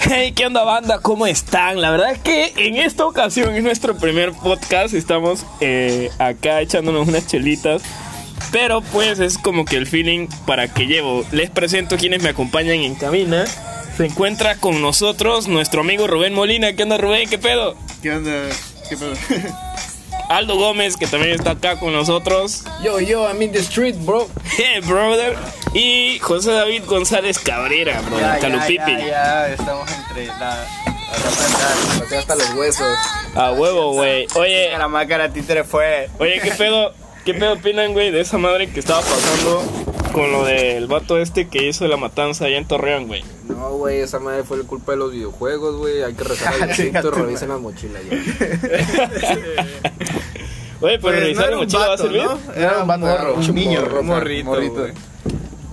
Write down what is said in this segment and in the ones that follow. Hey, ¿qué onda banda? ¿Cómo están? La verdad es que en esta ocasión es nuestro primer podcast. Estamos eh, acá echándonos unas chelitas. Pero pues es como que el feeling para que llevo. Les presento quienes me acompañan en cabina. Se encuentra con nosotros nuestro amigo Rubén Molina. ¿Qué onda Rubén? ¿Qué pedo? ¿Qué onda? ¿Qué pedo? Aldo Gómez, que también está acá con nosotros. Yo, yo, I'm in the street, bro. Hey, brother. Y José David González Cabrera, bro, Ya, ya, Calupipi. Ya, ya, estamos entre la. la ropa entera, Eh. la ropa hasta los huesos. A huevo, güey. Oye, La máscara títere fue. Oye, ¿qué pedo? ¿Qué pedo opinan, güey, de esa madre que estaba pasando con lo del vato este que hizo la matanza allá en Torreón, güey? No, güey, esa madre fue la culpa de los videojuegos, güey. Hay que rezar al Chinga instinto y tu revisen la mochila ya. Güey, pues, revisar el mochila va a servir. ¿no? Era un morro, un niño, morro, un morrito, morrito. güey,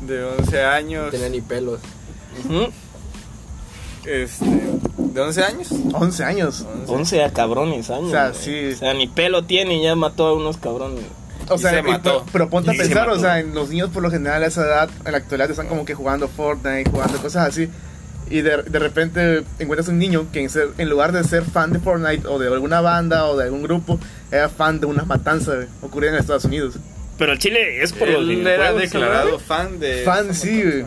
de 11 No años, tenía ni pelos. Ujú. este, ¿de 11 años? 11 años. 11 a cabrones años. O sea, güey. sí. O sea, ni pelo tiene y ya mató a unos cabrones. O Y sea, se y po- mató. pero ponte a Y se pensar, o mató. sea, en los niños por lo general a esa edad, en la actualidad están como que jugando Fortnite, jugando cosas así. Y de, de repente encuentras un niño que en, ser- en lugar de ser fan de Fortnite o de alguna banda o de algún grupo, era fan de una matanza ocurrida en Estados Unidos. Pero el chile es por los Él era videojuegos, declarado ¿no? fan de... fan, sí, güey.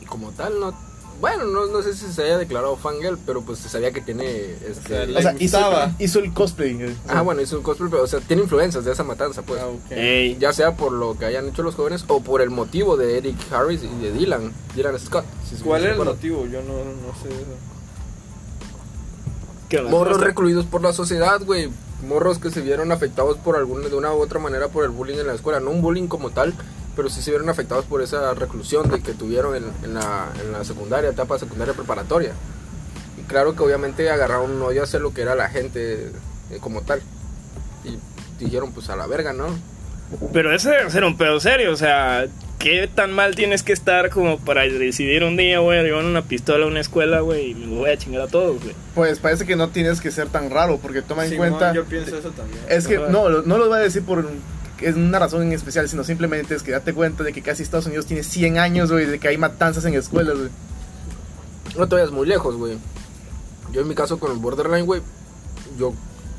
Y como tal, no. Bueno, no, no sé si se haya declarado fangirl, pero pues se sabía que tiene. Este, sea, le- O sea, hizo, gustaba. hizo el cosplay. güey. Ah, bueno, hizo un cosplay, pero, o sea, tiene influencias de esa matanza, pues. Ey, Ya sea por lo que hayan hecho los jóvenes o por el motivo de Eric Harris y de Dylan, Dylan Scott. si se- ¿Cuál si era el recuerdo. motivo? Yo no, no sé eso. ¿qué onda? Morros recluidos por la sociedad, güey. Morros que se vieron afectados por alguna de una u otra manera por el bullying en la escuela. No un bullying como tal, pero sí se vieron afectados por esa reclusión de que tuvieron en, en la, en la secundaria, etapa secundaria preparatoria. Y claro que obviamente agarraron un odio hacia lo que era la gente eh, como tal. Y dijeron, pues a la verga, ¿no? Pero ese debe ser un pedo serio, o sea, ¿qué tan mal tienes que estar como para decidir un día, güey, llevar una pistola a una escuela, güey, y me voy a chingar a todos, güey? Pues parece que no tienes que ser tan raro, porque toma en Simón, cuenta. yo pienso eso también. Es que Ajá. no, lo- no lo voy a decir por un- es una razón en especial, sino simplemente es que date cuenta de que casi Estados Unidos tiene 100 años, güey, de que hay matanzas en escuelas, güey. No te vayas muy lejos, güey. Yo en mi caso con el borderline, güey, yo,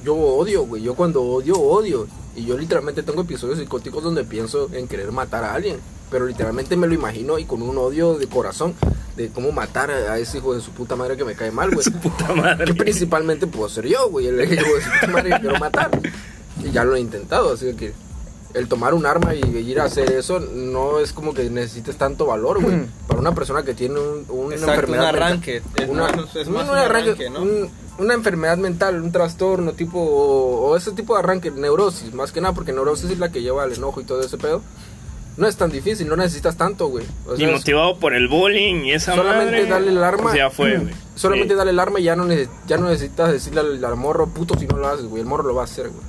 yo odio, güey. Yo cuando odio, odio. Y yo literalmente tengo episodios psicóticos donde pienso en querer matar a alguien. Pero literalmente me lo imagino y con un odio de corazón de cómo matar a a ese hijo de su puta madre que me cae mal, güey. Puta madre. Que principalmente puedo ser yo, güey. El hijo de su puta madre que quiero matar. Y ya lo he intentado, así que el tomar un arma y ir a hacer eso no es como que necesites tanto valor, güey. Para una persona que tiene un, una Exacto, enfermedad. un mental- arranque. Es una, más- es un- más un un arranque, arranque, ¿no? un- una enfermedad mental, un trastorno tipo o, o ese tipo de arranque, neurosis, más que nada, porque neurosis es la que lleva al enojo y todo ese pedo. No es tan difícil, no necesitas tanto, güey. O Y sea, es- motivado por el bullying y esa Solamente madre. pues dale el arma. Ya fue, güey. solamente Sí. dale el arma y ya no, neces- ya no necesitas decirle al, al morro puto si no lo haces, güey. El morro lo va a hacer, güey.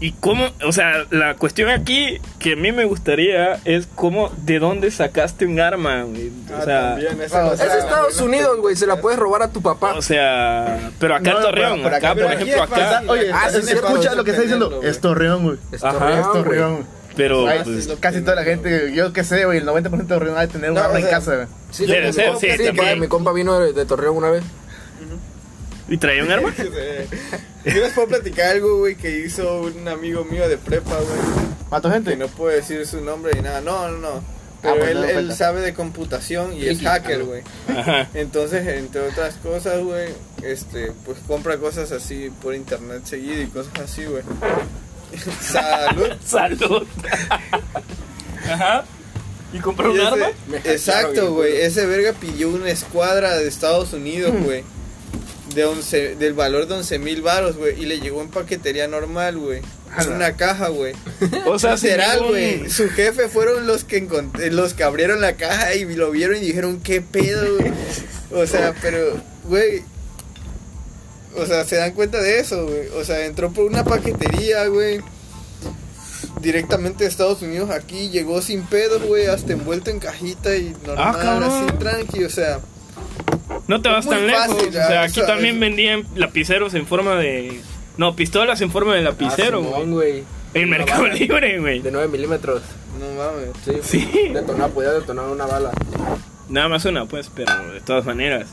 Y cómo, o sea, la cuestión aquí que a mí me gustaría es cómo, de dónde sacaste un arma, güey. O sea, esa no Ah, o sea, es sé. Estados Unidos, güey. Se la puedes robar a tu papá. o sea, pero acá No, en no, Torreón, por- por acá, acá, por pero ejemplo, aquí es acá, fácil. Oye, Ah, es- sí, es- sí, escucha para lo que está diciendo, entenderlo, güey. Ah, es Torreón, güey. es ajá, Torreón, Es Torreón, güey. güey. pero Ay, pues, sí, lo- Casi toda la gente, yo qué sé, güey, el 90% de Torreón ha de tener un No, arma o en sea, casa, güey. Sí, Debe mi ser, compa- sí, sí, que también. mi compa vino de, de Torreón una vez. ¿y traía un arma? Yo les puedo platicar algo, güey, que hizo un amigo mío de prepa, güey. ¿Mató Que gente? no puedo decir su nombre ni nada. No, no, no. Pero pues, él, no, él cuenta. sabe de computación y es Friki, hacker, ah. güey. Ajá. Entonces, entre otras cosas, güey, este, pues compra cosas así por internet seguido y cosas así, güey. Salud. Salud. Ajá. ¿Y compró un Y ese- arma? Exacto, güey. Ese verga pilló una escuadra de Estados Unidos, Mm. güey. De 11, del valor de 11 mil baros, güey. Y le llegó en paquetería normal, güey. En Ala. una caja, güey. O sea, sin Literal, ningún- güey. Su jefe fueron los que encont- eh, los que abrieron la caja y lo vieron y dijeron, ¿qué pedo, güey? O sea, pero, güey. O sea, se dan cuenta de eso, güey. O sea, entró por una paquetería, güey. Directamente de Estados Unidos aquí, llegó sin pedos, güey, hasta envuelto en cajita y Ah, normal, cabrón. así tranqui, o sea. No te vas Muy tan lejos. fácil, o ya, sea, aquí eso- también eso- vendían lapiceros en forma de. No, pistolas en forma de lapicero, Ah, güey. Simón, güey. en Una Mercado bala Libre, güey. De 9 milímetros. No mames. Sí. Sí. Detonar, podía detonar una bala. Nada más una, pues, pero de todas maneras.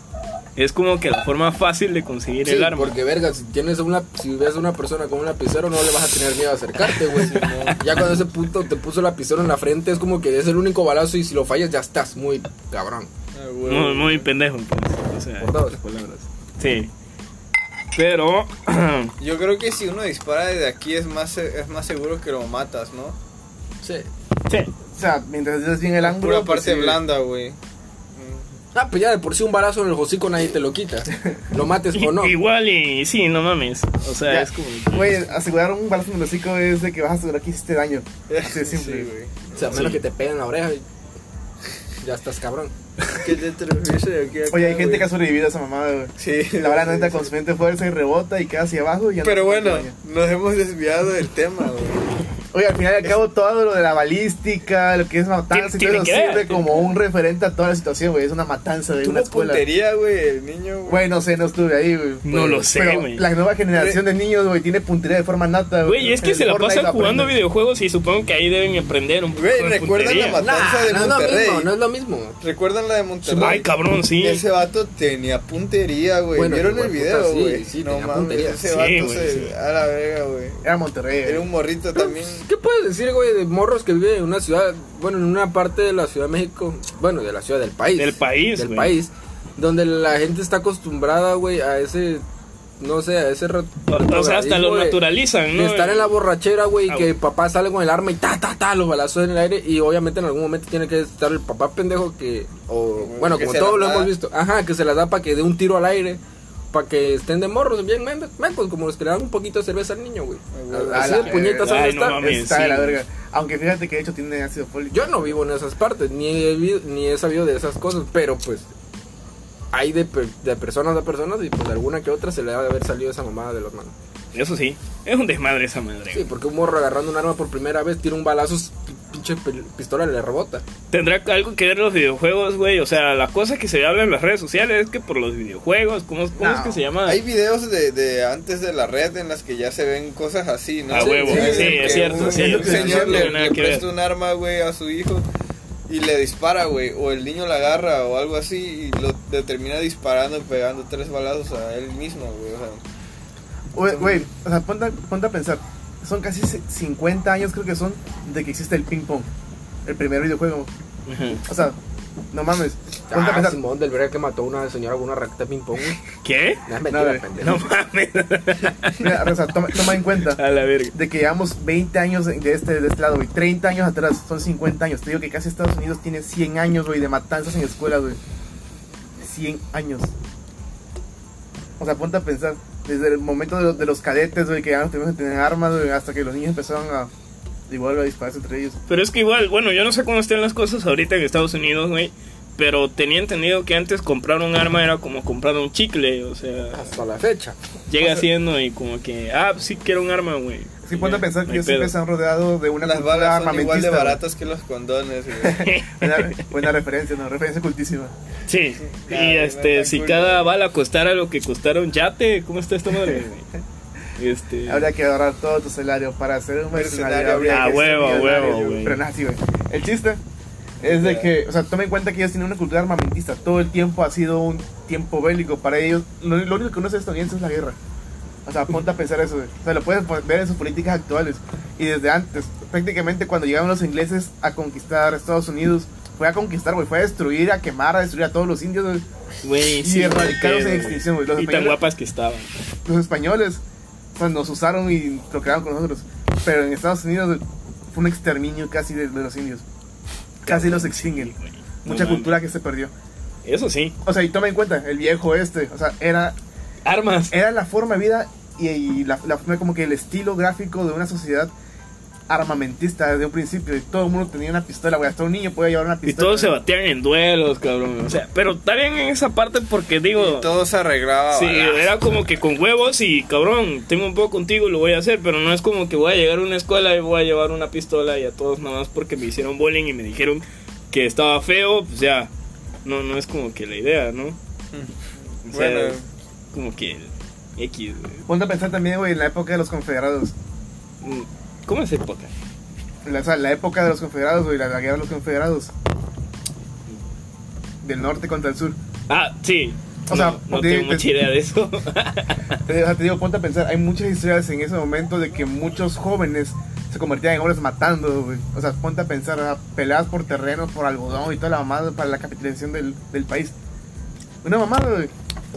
Es como que la forma fácil de conseguir Sí, el arma. porque verga, si tienes una, si ves a una persona con un lapicero, no le vas a tener miedo a acercarte, güey. si no- ya cuando ese puto te puso el lapicero en la frente, es como que es el único balazo y si lo fallas ya estás muy cabrón. Ah, Muy, muy pendejo, entonces. O sea, Por todas las palabras. sí. Pero, Yo creo que si uno dispara desde aquí es más, es más seguro que lo matas, ¿no? Sí. sí. O sea, mientras estés bien el ángulo. Pura pues, parte sí. blanda, güey. Ah, pues ya de por sí un balazo en el hocico nadie te lo quita. Lo mates o no. Igual y sí, no mames. O sea, Ya. es como. Güey, asegurar un balazo en el hocico es de que vas a asegurar que hiciste daño. Así de simple. Sí, güey. O sea, a menos Sí. que te peguen la oreja. y Ya estás cabrón. Que te atraviese de aquí a Oye, hay acá, gente güey. que ha sobrevivido a esa mamada, güey. Sí. La verdad, neta, con suficiente fuerza y rebota y queda hacia abajo. Y ya no Pero se bueno, daño. nos hemos desviado del tema, güey. Oye, al final y al cabo, todo lo de la balística, lo que es matanza y todo Tiene eso que ver, sirve tiene como un referente a toda la situación, güey. Es una matanza de una Tuvo escuela. puntería, güey, el niño, güey. Güey, no sé, no estuve ahí, güey. No Pero- lo sé, pero güey. La nueva generación de niños, güey, tiene puntería de forma nata, güey. Güey, es En que el se la Fortnite pasan lo jugando aprenden. videojuegos y supongo que ahí deben aprender un poco Güey, de ¿recuerdan puntería. la batalla? Matanza de no es lo Monterrey. mismo, no es lo mismo. ¿Recuerdan la de Monterrey? Ay, cabrón, sí. Ese vato tenía puntería, güey. Bueno, ¿Vieron hijo el de puta, video, sí, güey? sí, no tenía mames, puntería. ese Sí, vato güey, se... sí. A la verga, güey. Era Monterrey, Era un morrito también. ¿Qué puedes decir, güey, de morros que viven en una ciudad, bueno, en una parte de la Ciudad de México, bueno, de la ciudad del país? Del país, Del güey. país, donde la gente está acostumbrada, güey, a ese, no sé, a ese... ret- O sea, hasta retrogradismo lo de- naturalizan, ¿no? De estar en la borrachera, güey, Ah, que güey. el papá sale con el arma y ta, ta, ta, los balazos en el aire. Y obviamente en algún momento tiene que estar el papá pendejo que. O, bueno, que como se todos las lo da. hemos visto. Ajá, que se las da para que dé un tiro al aire. Para que estén de morros, bien men- mencos, como los que le dan un poquito de cerveza al niño, güey. güey. Así A de la puñetas verga. han de Ay, no estar. mames. Está de sí. la verga. Aunque fíjate que de hecho tiene ácido fólico. Yo no vivo en esas partes, ni he, vi- ni he sabido de esas cosas, pero pues. Hay de, per- de personas a personas y pues de alguna que otra se le ha de haber salido esa mamada de los manos. Eso sí, es un desmadre esa madre. Sí, porque un morro agarrando un arma por primera vez tira un balazo, pinche pel- pistola le rebota. Tendrá algo que ver los videojuegos, güey. O sea, las cosas que se hablan en las redes sociales es que por los videojuegos, ¿cómo, cómo No, es que se llama? Hay videos de, de antes de la red en las que ya se ven cosas así, ¿no? A huevo, sí, que es cierto, Un, sí, un sí, señor sí, no le, tiene nada le que ver. presta un arma, güey, a su hijo y le dispara, güey. O el niño la agarra o algo así y lo le termina disparando, pegando tres balazos a él mismo, güey. O sea, Güey, güey, o sea, ponte, a- ponte a pensar. Son casi c- 50 años, creo que son, de que existe el ping-pong. El primer videojuego. Ujú. O sea, no mames. Ponte a Ah, pensar. Simón del Brea que mató a una señora con una raqueta de ping-pong. güey. ¿Qué? No es No, mentira, güey. pendejo. No mames. Mira, o sea, toma, toma en cuenta A la verga. de que llevamos 20 años de este, de este lado, güey. 30 años atrás, son 50 años. Te digo que casi Estados Unidos tiene 100 años, güey, de matanzas en escuelas, güey. 100 años. O sea, ponte a pensar. Desde el momento de, los- de los cadetes, güey, que ya no tenían que tener armas, güey, hasta que los niños empezaron a. Igual a dispararse entre ellos. Pero es que igual, bueno, yo no sé cómo estén las cosas ahorita en Estados Unidos, güey. Pero tenía entendido que antes comprar un arma era como comprar un chicle. O sea, Hasta la fecha. llega siendo y como que, ah, sí quiero un arma, güey. Es que ponte a Ya, pensar no que hay ellos siempre pedo. están rodeados de una las cultura balas son igual de armamentista, güey. baratas que los condones, güey. Buena, buena referencia, ¿no? Referencia cultísima. Sí, Ya, y no este, tan si cool, cada güey. bala costara lo que costara un yate, ¿cómo está esta madre? güey? Este, Habría que ahorrar todo tu salario para ser un mercenario. Mercenario, habría ah, que ser huevo, millonario, huevo, güey. Pero nada, sí, güey. El chiste es de que, o sea, tome en cuenta que ellos tienen una cultura armamentista. Todo el tiempo ha sido un tiempo bélico para ellos. Lo, lo único que no es estadounidense es la guerra. O sea, ponte a pensar eso, güey. O sea, lo puedes pon- ver en sus políticas actuales. Y desde antes, prácticamente cuando llegaron los ingleses a conquistar Estados Unidos, fue a conquistar, güey. Fue a destruir, a quemar, a destruir a todos los indios, güey. güey, y sí, no hay erradicados pedo, en güey. extinción, güey. Los Y tan españoles- guapas que estaban. los españoles pues, nos usaron y lo crearon con nosotros. Pero en Estados Unidos fue un exterminio casi de, de los indios. Casi los extinguen. güey. No Mucha mames. cultura que se perdió. Eso sí, O sea, y toma en cuenta, el viejo este, o sea, era, armas. era la forma de vida y, y la, la forma como que el estilo gráfico de una sociedad armamentista desde un principio. Y todo el mundo tenía una pistola, güey. Hasta un niño podía llevar una Y pistola. todos se batean en duelos, cabrón. O sea, pero está bien en esa parte porque digo. Todo se arreglaba. Ah, Sí, balazos. era como que con huevos y cabrón, tengo un poco contigo y lo voy a hacer, pero no es como que voy a llegar a una escuela y voy a llevar una pistola y a todos nada más porque me hicieron bullying y me dijeron que estaba feo, pues ya, no, no es como que la idea, ¿no? O sea, Bueno. es como que el X, güey. Ponte a pensar también, güey, en la época de los confederados. Mm, ¿Cómo es época? La, o sea, la época de los confederados, güey, la, la guerra de los confederados. Del norte contra el sur. Ah, sí, O no, sea, no porque tengo te- mucha idea de eso. Te, Eh, o sea, te digo, ponte a pensar, hay muchas historias en ese momento de que muchos jóvenes se convertían en hombres matando, güey. O sea, ponte a pensar, o sea, peleas por terrenos, por algodón y toda la mamada para la capitalización del, del país. Una mamada, güey.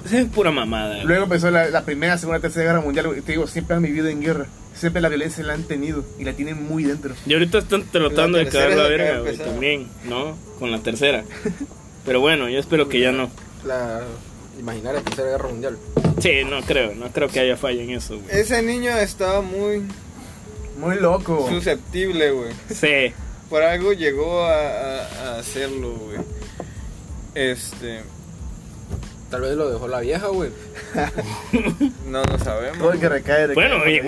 Esa es pura mamada. Luego empezó la, la primera, segunda, tercera guerra mundial, güey. Te digo, siempre han vivido en guerra. Siempre la violencia la han tenido y la tienen muy dentro. Y ahorita están tratando La de cagar tercera la es la que verga, va a güey, empezar. también, ¿no? Con la tercera. Pero bueno, yo espero que ya no. La imaginaria Tercera Guerra Mundial. Sí, no creo, no creo que haya falla en eso, güey. Ese niño estaba muy Muy loco. susceptible, güey. Sí. Por algo llegó a, a- a hacerlo, güey. Este, Tal vez lo dejó la vieja, güey. no lo sabemos. Todo el que recae. recae Bueno, por ahí. Un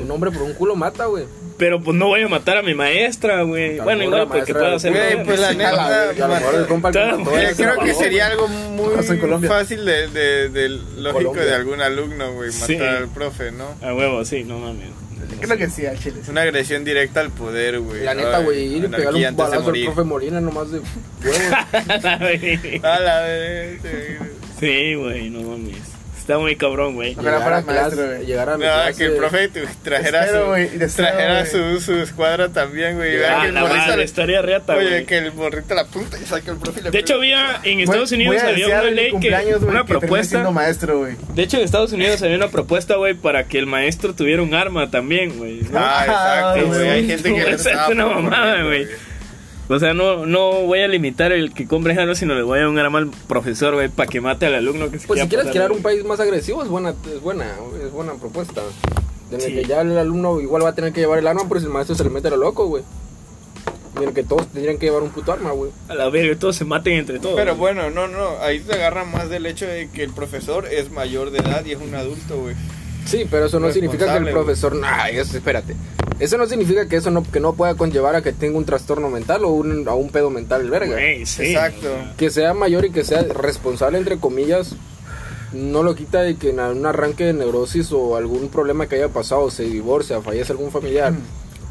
igual. hombre por un culo mata, güey. Pero pues no voy a matar a mi maestra, güey. Tal Bueno, vez igual la porque maestra- puedo hacer. Güey, lo pues, mismo. la neta, A verga, a lo mejor el compa que Todo, mató güey, a Oye, ese creo que mamón, sería güey. algo muy Pasó en Colombia. fácil de, de- de lógico Colombia. de algún alumno, güey, matar Sí. al profe, ¿no? A huevo, sí, no mames. Creo que sí, al chile. Es una agresión directa al poder, güey. La neta, Ay, güey, ir y anarquía pegarle un antes de balazo al morir. profe Molina nomás de huevo. A la vez, eh, sí, güey, no mames. Está muy cabrón, güey. Ojalá a fueras clase- maestro, güey. Llegar a mi Nada, clase- que el profe tu- trajera, Espero, su, güey, y deseo, trajera güey. su, su escuadra también, güey. Ah, Vea Ah, que el la morrito madre, le- estaría reata, Oye, güey. que el borrito la punta y saca el profe y le De hecho, pega. había en Estados Voy- Unidos voy a había desear una mi ley que cumpleaños, güey, una que termine siendo propuesta. maestro, güey. De hecho, en Estados Unidos había una propuesta, güey, para que el maestro tuviera un arma también, güey. ¿no? Ah, Ah, exacto, güey. Hay güey. gente que le Esa es estaba una mamada, proponiendo, güey. O sea, no, no voy a limitar el que compre algo, sino le voy a dar un arma al profesor, güey, para que mate al alumno que se Pues si quiera quieres pasar, crear güey. un país más agresivo, es buena, es buena, es buena propuesta. En Sí. el que ya el alumno igual va a tener que llevar el arma, pero si el maestro se le mete a lo loco, güey. Y en el que todos tendrían que llevar un puto arma, güey. A la verga, todos se maten entre todos. Pero güey. bueno, no, no, ahí se agarra más del hecho de que el profesor es mayor de edad y es un adulto, güey. Sí, pero eso no significa que el Responsable, profesor, nah, eso, espérate. Eso no significa que eso no, que no pueda conllevar a que tenga un trastorno mental o un, a un pedo mental, verga. Güey, sí, Exacto. o sea, Que sea mayor y que sea responsable, entre comillas, no lo quita de que en un arranque de neurosis o algún problema que haya pasado, se divorcia, fallece algún familiar,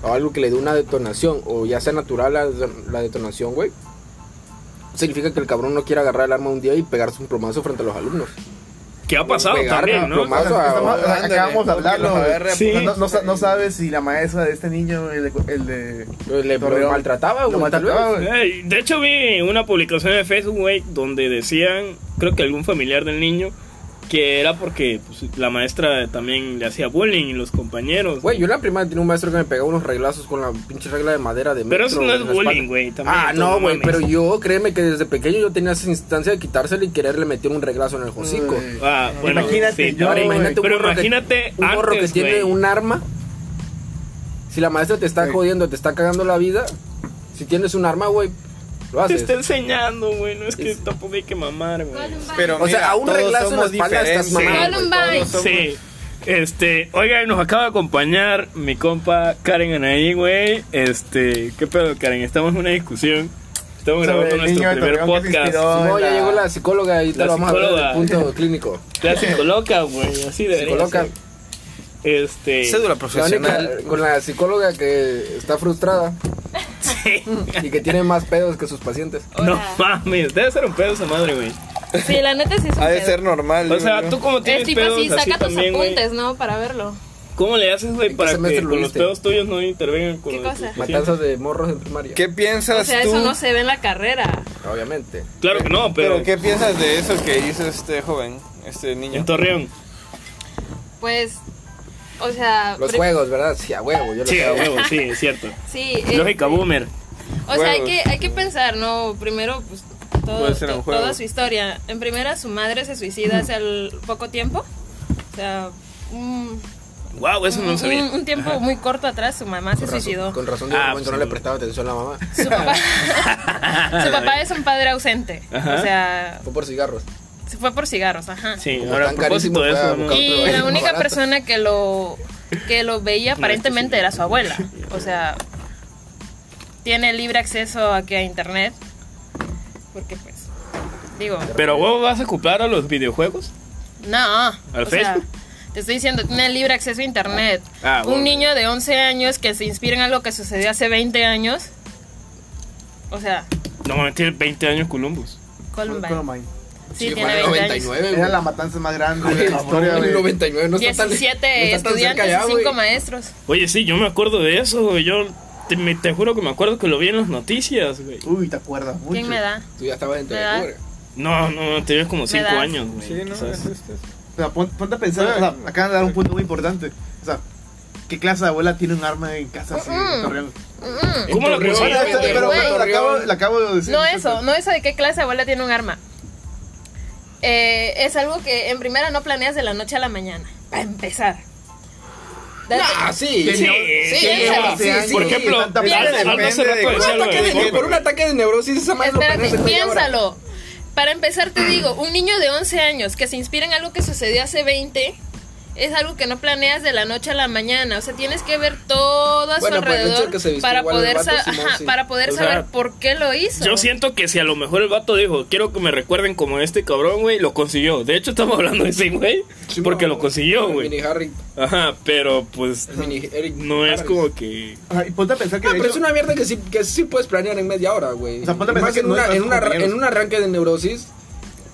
o algo que le dé una detonación, o ya sea natural la, la detonación, güey. Significa que el cabrón no quiere agarrar el arma un día y pegarse un plomazo frente a los alumnos. Que ha pasado Pegar, también, ¿no? no, O sea, Vamos a- estamos- o sea, Ándale, no, acabamos de que hablarlo. los güey. agarre a Sí. No, putazo. no, no sa- no sabes si la maestra de este niño, el de, el de Le, Torreón, lo maltrataba, lo güey. tal vez. maltrataba, güey. Ey, de hecho vi una publicación de Facebook, güey, donde decían, creo que algún familiar del niño, que era porque pues, la maestra también le hacía bullying y los compañeros. Güey, yo en la primaria tenía un maestro que me pegaba unos reglazos con la pinche regla de madera de Pero metro, eso no es en la espalda. bullying, güey, también, Ah, tú no no, güey, mames. pero yo, créeme que desde pequeño yo tenía esa instancia de quitárselo y quererle meter un reglazo en el hocico. Uy. Ah, bueno, Imagínate, yo- Ahora güey. imagínate un pero morro imagínate que, un morro que antes, tiene güey. un arma. Si la maestra te está Sí. jodiendo, te está cagando la vida, si tienes un arma, güey, lo Te haces. está enseñando, güey, no es que Es- tampoco hay que mamar, güey. Pero O sea, mira, a un todos reglazo en la somos espalda estás diferentes. mamando. güey, Columbine. todos. Sí. Este, oiga, nos acaba de acompañar mi compa Karen Anaí, güey. Este, ¿qué pedo, Karen? Estamos en una discusión. Estamos Sobre grabando el niño nuestro de primer Torreón que se podcast. inspiró. No, ya La- llegó la psicóloga y te la lo vamos a ver desde psicóloga. el punto clínico. La psicoloca, güey, así de Psicóloga. Este. Cédula La única- profesional. con la psicóloga que está frustrada Sí. y que tiene más pedos que sus pacientes. No Hola. mames, debe ser un pedo esa madre, güey. Sí, la neta sí es un Ha de pedo. ser normal. O sea, güey, ¿no? tú como Es tienes tipo pedos así, así saca tus también, güey. apuntes, ¿no? Para verlo. ¿Cómo le haces, güey, ¿En qué para que semestre lo con los viste? pedos tuyos no intervengan con ¿Qué los de tus cosa? pacientes? Matanzas de morros en primaria. ¿Qué piensas O Pues sea, tú? eso no se ve en la carrera. Obviamente. Claro que no, pero... pero. ¿qué piensas de eso que hizo este joven, este niño? En Torreón. Pues, o sea... Los pre- juegos, ¿verdad? Sí, a huevo, yo lo Sí, a sé. huevo, sí, es cierto. Sí. eh, Lógica boomer. O sea, hay Huevos. que, hay que pensar, ¿no? Primero, pues, todo- Puede ser to- un juego. toda su historia. En primera, su madre se suicida hace al poco tiempo. O sea, un, Wow, eso no lo sabía. un- un tiempo muy corto atrás su mamá se Con suicidó. razón, con razón de Ah, momento pues, no le prestaba atención a la mamá. Su papá, su papá es un padre ausente. Ah, Ajá. O sea, Fue por cigarros. se fue por cigarros, ajá. Sí, Como ahora a tan carísimo propósito de fue a eso, ¿no? buscar- Y Otro, la eh, única barato. persona que lo que lo veía aparentemente era su abuela. O sea, tiene libre acceso aquí a internet. Porque pues, digo, Pero vos vas a ocupar a los videojuegos. no. ¿Al o sea, Facebook? te estoy diciendo, tiene libre acceso a internet. Ah, bueno. Un niño de 11 años que se inspira en algo que sucedió hace 20 años. O sea, No mames, tiene 20 años Columbus. Columbine. Columbine. Sí, Sí, tiene fue en el 20 años. 99, Era güey. la matanza más grande Güey, de la historia, en el güey. 99 no está tan, no 17 está tan cerca estudiantes ya, y güey. 5 maestros. Oye, sí, yo me acuerdo de eso, güey. Yo te, me- te juro que me acuerdo que lo vi en las noticias, güey. Uy, te acuerdas mucho. ¿Quién me da? Tú ya estabas en Me da. Telecura. No, no, te ves como Me 5 das. años, güey. Sí, no, quizás. eso es- O sea, pon- ponte a pensar, o sea, acaban de dar un punto muy importante. O sea, ¿qué clase de abuela tiene un arma en casa así? Mm. corriendo? Mm. ¿Cómo lo Torreón, Pero, conseguiste? güey, pero, pero, güey. pero, la acabo, la acabo de decir. No eso, no eso de qué clase de abuela tiene un arma. Eh, es algo que en primera no planeas de la noche a la mañana. Para empezar. Date- Ah, sí. Sí, Sí, sí, esa, lleva- sí, sí, sí. Por ejemplo, tanta Aldo- plata, Aldo hace depende rato de decía Un lo ataque de de- Jorge, por un güey. ataque de neurosis esa madre lo Espérate, prende, güey, ahora. piénsalo. Para empezar te digo, un niño de 11 años que se inspira en algo que sucedió hace 20 es algo que no planeas de la noche a la mañana, o sea, tienes que ver todo a su Bueno, pues, el hecho de alrededor que se vistió para igual el poder, vato, sa- Simón, ajá, sí. para poder O sea, saber por qué lo hizo. Yo siento que si a lo mejor el vato dijo, quiero que me recuerden como este cabrón, güey, lo consiguió. De hecho, estamos hablando de ese güey, Sí, porque no, lo consiguió, el güey. Mini Harry. Ajá, pero pues el mini Eric no es Harry. como que... Ajá, y ponte a pensar que. Ah, de pero es hecho- una mierda que sí, que sí puedes planear en media hora, güey. O sea, ponte a pensar Más que en, no una, estás en, con una- compañeros. en un arranque de neurosis,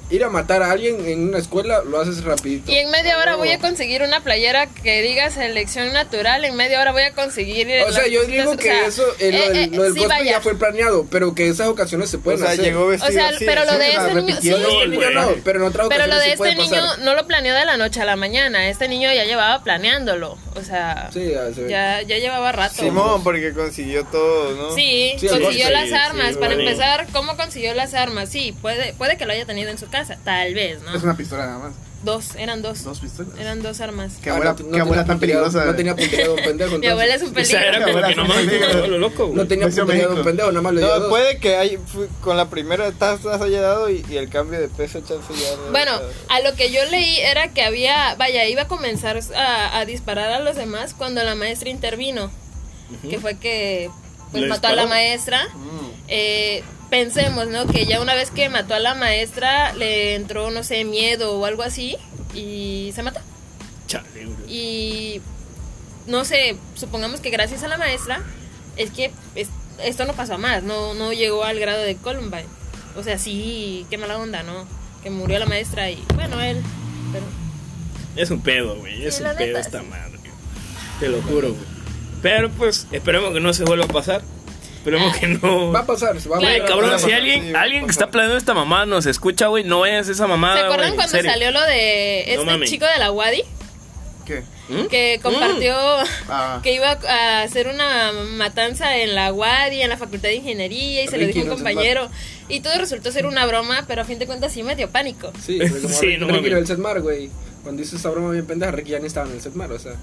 ir a matar a alguien en una escuela lo haces rapidito. Y en media hora No. voy a conseguir una playera que diga selección natural, en media hora voy a conseguir... O sea, las- yo digo las- o que sea, eso, eh, lo eh, del, eh, lo del sí, cosplay vaya. ya fue planeado, pero que esas ocasiones se Pues, O pueden sea, hacer. llegó O vestido sea, así, pero lo así, de o sea, ese niño... repitiendo sí, No, el niño güey. no, pero en otra Pero ocasión lo de sí puede este niño pasar. no lo planeó de la noche a la mañana. Este niño ya llevaba planeándolo. O sea, Sí, ya se ve. ya, ya llevaba rato. Simón, porque consiguió todo, ¿no? Sí, Sí, consiguió sí, las sí, armas. sí, Para vale. empezar, ¿cómo consiguió las armas? Sí, puede, puede que lo haya tenido en su casa. Tal vez, ¿no? Es una pistola nada más. Dos, eran dos. Dos pistolas. Eran dos armas. Qué Ah, abuela, no te- no qué abuela tenía tan puntería, peligrosa. No tenía punteado pendejo. Mi abuela es entonces. un O peligro. sea, era como que Abrazo, nomás sí, estuvo güey. lo loco, güey. No tenía Nació en punteado México. pendejo, nada más le dio No, dos. puede que hay, fu- con la primera taza haya dado y, y el cambio de peso chance ya. no- Bueno, a lo que yo leí era que había, vaya, iba a comenzar a, a disparar a los demás cuando la maestra intervino, que fue que pues, ¿Le mató a la disparó? Mm. maestra. Eh, pensemos, ¿no? Que ya una vez que mató a la maestra le entró, no sé, miedo o algo así y se mató. Chale, güey. Y no sé, supongamos que gracias a la maestra es que es- esto no pasó a más, no, no llegó al grado de Columbine. O sea, sí, qué mala onda, ¿no? Que murió la maestra y bueno, él. Pero Es un pedo, güey. Es Sí, un la pedo neta, esta sí. madre. güey. Te lo juro, güey. Pero pues, esperemos que no se vuelva a pasar. Esperemos que no. Va a pasar, se va a Güey, Claro. cabrón, Va a si pasar, alguien, sí, va a alguien que pasar. está planeando esta mamá nos escucha, güey, no es esa mamada. ¿Se acuerdan güey, Ah, en cuando serio. salió lo de este mami. chico de la Wadi? ¿Qué? ¿Mm? Que compartió Ah. que iba a hacer una matanza en la Wadi, en la Facultad de Ingeniería, y se lo Ricky dijo a un Rosenbach. compañero. Y todo resultó ser una broma, pero a fin de cuentas sí me dio pánico. Sí, pero como Sí, Ricky- no Ricky mames. era el Setmar, güey. Cuando hizo esa broma bien pendeja, Ricky ya ni estaba en el Setmar, o sea.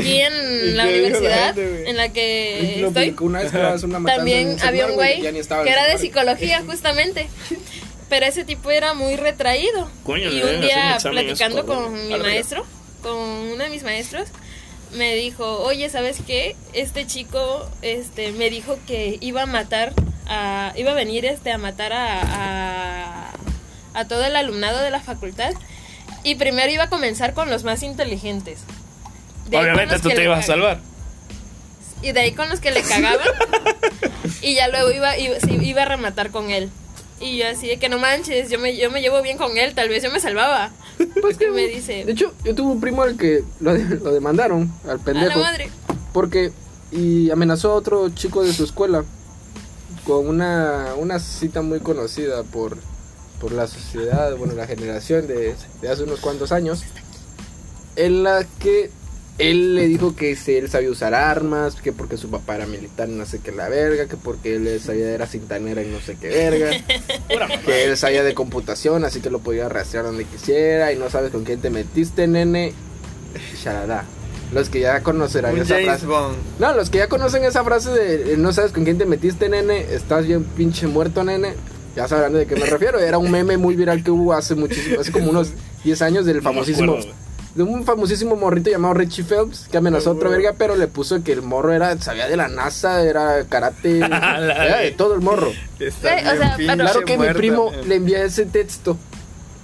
¿Y en la qué dijo la universidad gente, güey? en la Ricky que lo Eh, estoy, publicó una vez que iba a hacer una matanza en también el había Setmar, un güey ya ni estaba en que el era de Setmar. psicología justamente. Pero ese tipo era muy retraído. Coño, le y deben un hacer un día examen platicando eso, cabrón. con mi Arre. maestro, con uno de mis maestros, me dijo, "Oye, ¿sabes qué? Este chico este me dijo que iba a matar a iba a venir este a matar a a, a todo el alumnado de la facultad y primero iba a comenzar con los más inteligentes." De ahí con Obviamente los tú que te le ibas a cagan salvar. y de ahí con los que le cagaban y ya luego iba, iba, se iba a rematar con él y yo así de que no manches yo me, yo me llevo bien con él tal vez yo me salvaba Pues que me De dice hecho, yo tuve un primo al que lo, de- lo demandaron, al a la pendejo, madre porque y amenazó a otro chico de su escuela con una, una cita muy conocida por, por la sociedad, bueno, la generación de, de hace unos cuantos años, en la que él le dijo que si él sabía usar armas, que porque su papá era militar, no sé qué la verga, que porque él sabía era cintanera y no sé qué verga. que él sabía de computación, así que lo podía rastrear donde quisiera y no sabes con quién te metiste, nene. Shalala. Los que ya conocerán Un esa James frase. Bond. No, los que ya conocen esa frase de eh, no sabes con quién te metiste, nene, estás bien pinche muerto, nene. Ya sabrán de qué me refiero. Era un meme muy viral que hubo hace muchísimo, hace como unos 10 años del No me famosísimo acuerdo, güey. de un famosísimo morrito llamado Richie Phelps que amenazó a otro verga, pero le puso que el morro era sabía de la NASA, era karate, era de todo el morro. Está Güey, o bien sea, pinche pero- Claro que mi muerta, primo eh. le envía ese texto,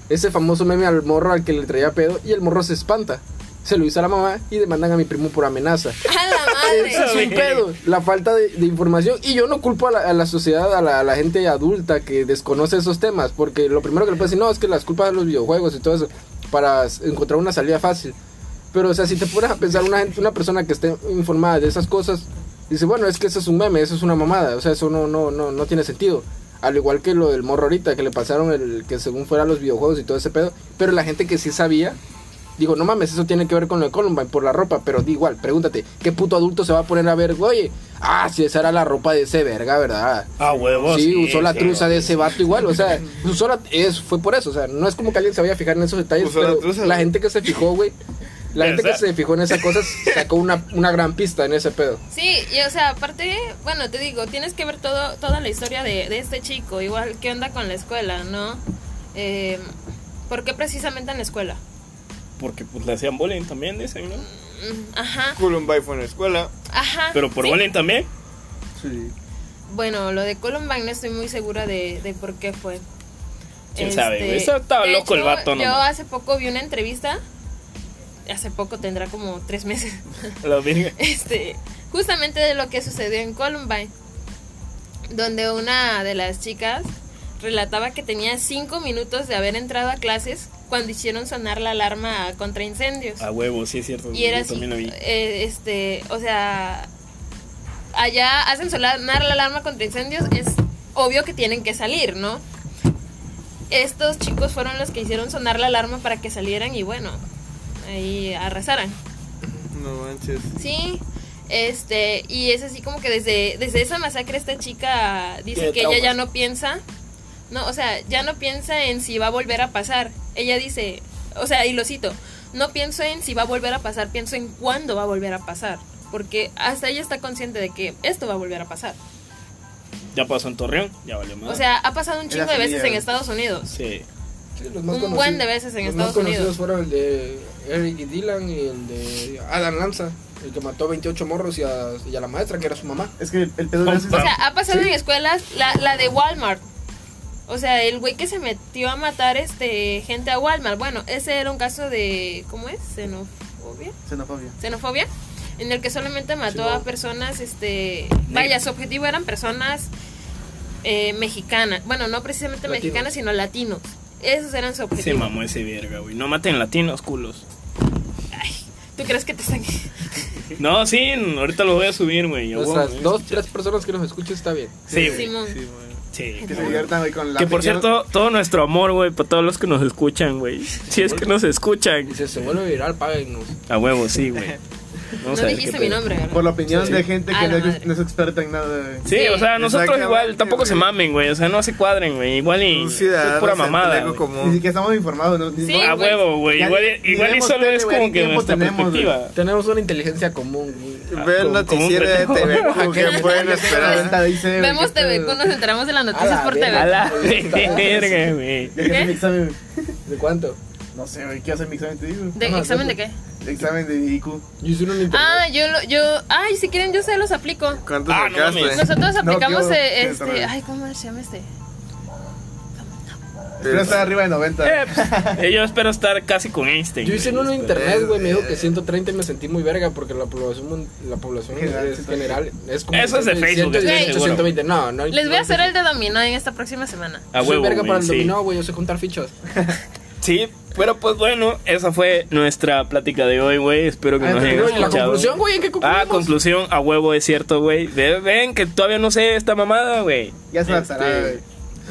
ese famoso meme al morro al que le traía pedo y el morro se espanta. Se lo hizo a la mamá y demandan a mi primo por amenaza. a la padre. es un pedo, la falta de, de información. Y yo no culpo a la, a la sociedad, a la, a la gente adulta que desconoce esos temas, porque lo primero que le puede decir, no, es que las culpas de los videojuegos y todo eso, para s- encontrar una salida fácil. Pero, o sea, si te pones a pensar, una, gente, una persona que esté informada de esas cosas, dice, bueno, es que eso es un meme, eso es una mamada, o sea, eso no, no, no, no tiene sentido. Al igual que lo del morro ahorita, que le pasaron el que según fuera los videojuegos y todo ese pedo. Pero la gente que sí sabía, Digo, no mames, eso tiene que ver con lo de Columbine por la ropa, pero di igual, pregúntate, ¿qué puto adulto se va a poner a ver, oye? Ah, si esa era la ropa de ese verga, ¿verdad? Ah, huevos. sí, usó la truza de ese vato igual, o sea, usó la, es, fue por eso, o sea, no es como que alguien se vaya a fijar en esos detalles, Usó la pero truza, la, güey. gente que se fijó, güey, la gente que Exacto. se fijó en esas cosas sacó una, una gran pista en ese pedo. Sí, y o sea, aparte, bueno, te digo, tienes que ver todo, toda la historia de, de este chico, igual qué onda con la escuela, ¿no? Eh, ¿Por qué precisamente en la escuela? Porque pues le hacían bullying también, dicen, ¿no? Mm, Ajá, Columbine fue en la escuela. ajá. Pero por Ah, sí. bullying también. Sí. Bueno, lo de Columbine no estoy muy segura de, de por qué fue. Este, ¿Quién sabe, güey? Eso estaba de loco el hecho, vato, no Yo mames. hace poco vi una entrevista, hace poco tendrá como tres meses, La virgen. este, justamente de lo que sucedió en Columbine, donde una de las chicas relataba que tenía cinco minutos de haber entrado a clases cuando hicieron sonar la alarma contra incendios. A Ah, huevos, sí es cierto. Y era yo así, también lo vi. eh, este, o sea, allá hacen sonar la alarma contra incendios, es obvio que tienen que salir, ¿no? Estos chicos fueron los que hicieron sonar la alarma para que salieran y bueno, ahí arrasaran. No manches. Sí, este, y es así como que desde, desde esa masacre esta chica Tiene dice que ella ya traumas. no piensa, no, o sea, ya no piensa en si va a volver a pasar. Ella dice, o sea, y lo cito, no pienso en si va a volver a pasar, pienso en cuándo va a volver a pasar. Porque hasta ella está consciente de que esto va a volver a pasar. Ya pasó en Torreón, ya valió más. O sea, ha pasado un chingo de veces familia. en Estados Unidos. sí. los más Un conocidos- buen de veces en los más Estados conocidos Unidos. fueron el de Eric y Dylan y el de Adam Lanza, el que mató 28 morros y a, la maestra, que era su mamá. Es que el, el pedo de eso es- O sea, ha pasado en escuelas la, la de Walmart. O sea, el güey que se metió a matar este gente a Walmart. Bueno, ese era un caso de ¿cómo es? Xenofobia. xenofobia. Xenofobia en el que solamente mató a personas este, vaya, Negras. su objetivo eran personas eh, mexicanas. Bueno, no precisamente Latinos. mexicanas, sino latinos. Esos eran su Se objetivo. mamó ese verga, güey. No maten latinos, culos. ¿Tú crees que te están No, sí, ahorita lo voy a subir, güey. ya, Nuestras güey. dos, tres personas que nos escuchen está bien. Sí, güey. Simón. Sí. Que se diviertan, güey, con la Que por pequeña- cierto, todo nuestro amor, güey, para todos los que nos escuchan, güey. Si es que nos escuchan. Y si se vuelve viral, páguennos. A huevo, sí, güey. Vamos a No ver dijiste qué mi pedo. nombre, ¿verdad? Por la opinión de gente A que la no es, madre. no es experta en nada, güey. Sí, o sea, nosotros Exactamente, igual tampoco se güey. mamen, güey. O sea, no se cuadren, güey. Igual y Un es ah, ciudadano pura mamada. güey. santiago Ni común. siquiera estamos informados, ¿no? Ah, Ni- Sí, no- A güey. huevo, güey. Ya Igual, ni- ni igual y vemos solo tele, es güey, como ni que tiempo nuestra tenemos, güey. perspectiva. Tenemos una inteligencia común. güey. Ah, Ver el como- noticiero de como un TV pendejo. que Ah, pueden esperar. Cuenta, dice, güey, Vemos que- TV, nos enteramos de las noticias la por verga. A TV. la verga, güey. Ya que hace mi examen, güey. ¿De cuánto? No sé, güey, ¿qué hace mi examen? Te digo. ¿De Ajá, examen de dale. qué? El examen de IQ. Yo hice una Ah, yo, lo- yo, ay, si quieren yo se los aplico. ¿Cuántos Ah, no mames. sacaste? Nosotros aplicamos quiero- eh, quiero este, saber. ay, ¿cómo se llama este? Pero está arriba de 90. Eh, pues, yo espero estar casi con Einstein. Yo hice güey. uno en internet, güey, me dijo que 130 y me sentí muy verga porque la población, mun- la población General, es general es como... Eso es de Facebook, 118, estoy seguro. 120, no, no. Les voy a hacer el de dominó en esta próxima semana. A huevo, Soy verga para güey, el sí. Ah, dominó, güey, yo sé juntar fichas. Sí, pero pues bueno, esa fue nuestra plática de hoy, güey. Espero que Ah, nos hayan pero la pues escuchado. conclusión, güey, ¿en qué Ah, concluimos? conclusión, a huevo, es cierto, güey. Ve- Ven que todavía no sé esta mamada, güey. Ya Este, se adaptará, güey.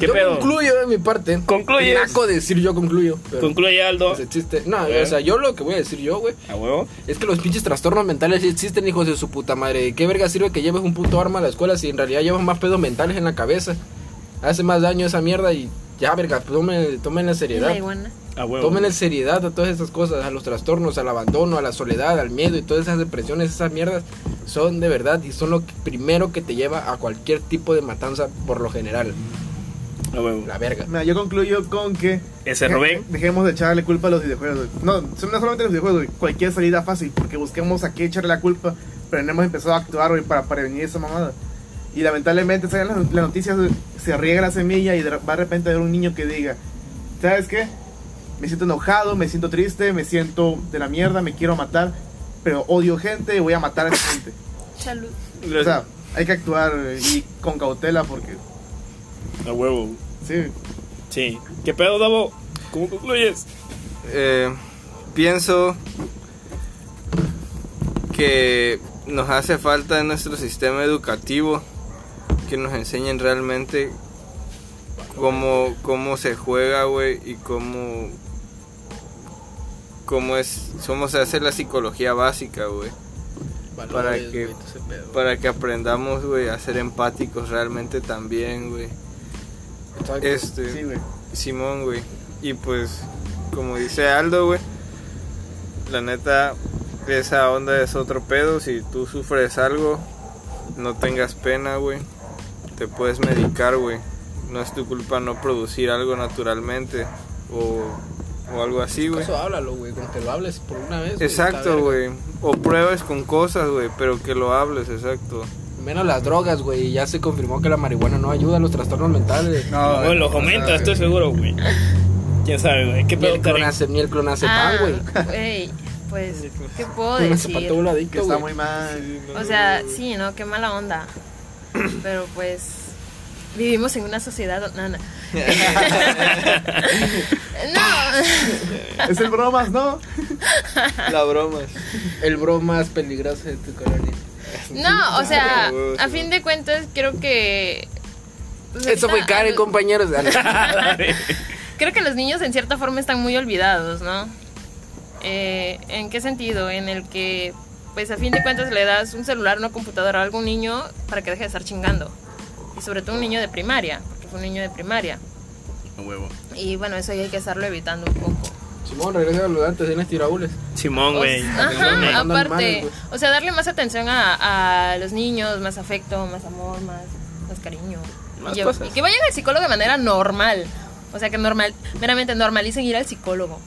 ¿Qué yo pedo? concluyo de mi parte. Concluyes. Naco decir yo concluyo. pero Concluye, Aldo. ese chiste. No, Bueno. o sea, yo lo que voy a decir yo, güey, A huevo. Es que los pinches trastornos mentales sí existen, hijos de su puta madre. ¿De ¿Qué verga sirve que lleves un puto arma a la escuela si en realidad llevas más pedos mentales en la cabeza? Hace más daño esa mierda y ya, verga, tomen, tomen la Y la seriedad. iguana. A huevo. Tomen en seriedad a todas esas cosas, a los trastornos, al abandono, a la soledad, al miedo y todas esas depresiones, esas mierdas son de verdad y son lo que- primero que te lleva a cualquier tipo de matanza por lo general. A huevo. La verga. Mira, yo concluyo con que. Ese deje- Rubén. Dejemos de echarle culpa a los videojuegos. güey. No, son- no solamente los videojuegos, güey. Cualquier salida fácil, porque busquemos a qué echarle la culpa, pero no hemos empezado a actuar, güey, para prevenir esa mamada. Y lamentablemente salen las, las noticias, güey, se riega la semilla y de, va de repente a haber un niño que diga: ¿Sabes qué? Me siento enojado, me siento triste, me siento de la mierda, me quiero matar, pero odio gente y voy a matar a esa gente. Salud. O sea, hay que actuar eh, y con cautela porque. a huevo. Sí, Sí. ¿Qué pedo, Davo? ¿Cómo concluyes? Eh, pienso que nos hace falta en nuestro sistema educativo que nos enseñen realmente cómo, cómo se juega, güey, y cómo, cómo, es, cómo se hace la psicología básica, güey. Para que, para que aprendamos, güey, a ser empáticos realmente también, güey. Este, sí, güey. Simón, güey. Y pues, como dice Aldo, güey, la neta, esa onda es otro pedo. Si tú sufres algo, no tengas pena, güey. Te puedes medicar, güey. No es tu culpa no producir algo naturalmente o, o algo así, güey. Eso háblalo, güey, con que lo hables por una vez. güey, está Exacto, verga. güey. O pruebes con cosas, güey, pero que lo hables, exacto. Menos las drogas, güey. Ya se confirmó que la marihuana no ayuda a los trastornos mentales. No, Bueno, lo o sea, comenta, estoy seguro, güey. ¿Quién sabe, güey? ¿Qué Ni pedo, el, Karen? clonace- ni el clonazepam, Ah, güey. güey, pues, ¿qué puedo Clonazepam decir? todo lo Que adicto, está güey. muy mal. O sea, sí, ¿no? Qué mala onda. Pero pues vivimos en una sociedad... No, no. no. Es el bromas, ¿no? La broma. El bro más peligroso de tu colonia. No, o sea, Claro, güey, a sí, fin de cuentas creo que... pues, Eso fue ahorita- Karen, compañeros. Creo que los niños en cierta forma están muy olvidados, ¿no? Eh, ¿En qué sentido? En el que, pues a fin de cuentas le das un celular, una computadora a algún niño para que deje de estar chingando. Y sobre todo un niño de primaria, porque fue un niño de primaria. huevo. Y bueno, eso ya hay que estarlo evitando un poco. Simón, regresa a los antes, este tienes tirabules. Simón, güey. Pues, Ajá, Mandando animales, aparte, güey. o sea, darle más atención a, a los niños, más afecto, más amor, más, más cariño. Más y, lle- cosas. y que vayan al psicólogo de manera normal. O sea, que normal, meramente normalicen ir al psicólogo.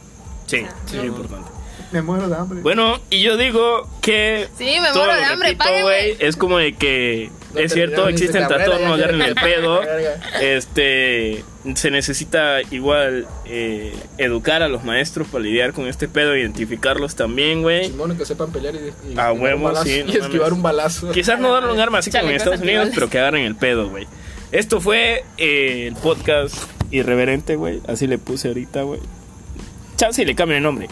Sí, sí, es importante. Me muero de hambre. Bueno, y yo digo que. Sí, me muero todo lo de hambre, páguenme. güey, Es como de que. No es te cierto, regalen existen la verga, trastornos, ya. agarren el pedo. Verga. Este. Se necesita igual eh, educar a los maestros para lidiar con este pedo, identificarlos también, güey. Simón, que sepan pelear y, y A esquivar huevo, un balazo, sí, no Y esquivar mames. un balazo. Quizás no darle un arma así como en Chalecos Estados Unidos, antibalas. pero que agarren el pedo, güey. Esto fue eh, el podcast irreverente, güey. Así le puse ahorita, güey. Chance y le cambio el nombre.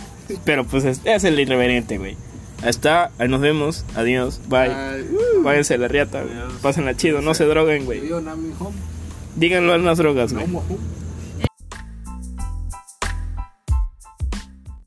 Pero pues es, es el irreverente, güey. Ahí está, ahí nos vemos. Adiós, bye. Ay, Váyanse a la riata, güey. Pásenla chido, no se droguen, güey. Yo, Nami, home, Díganlo a las drogas, güey. home, home.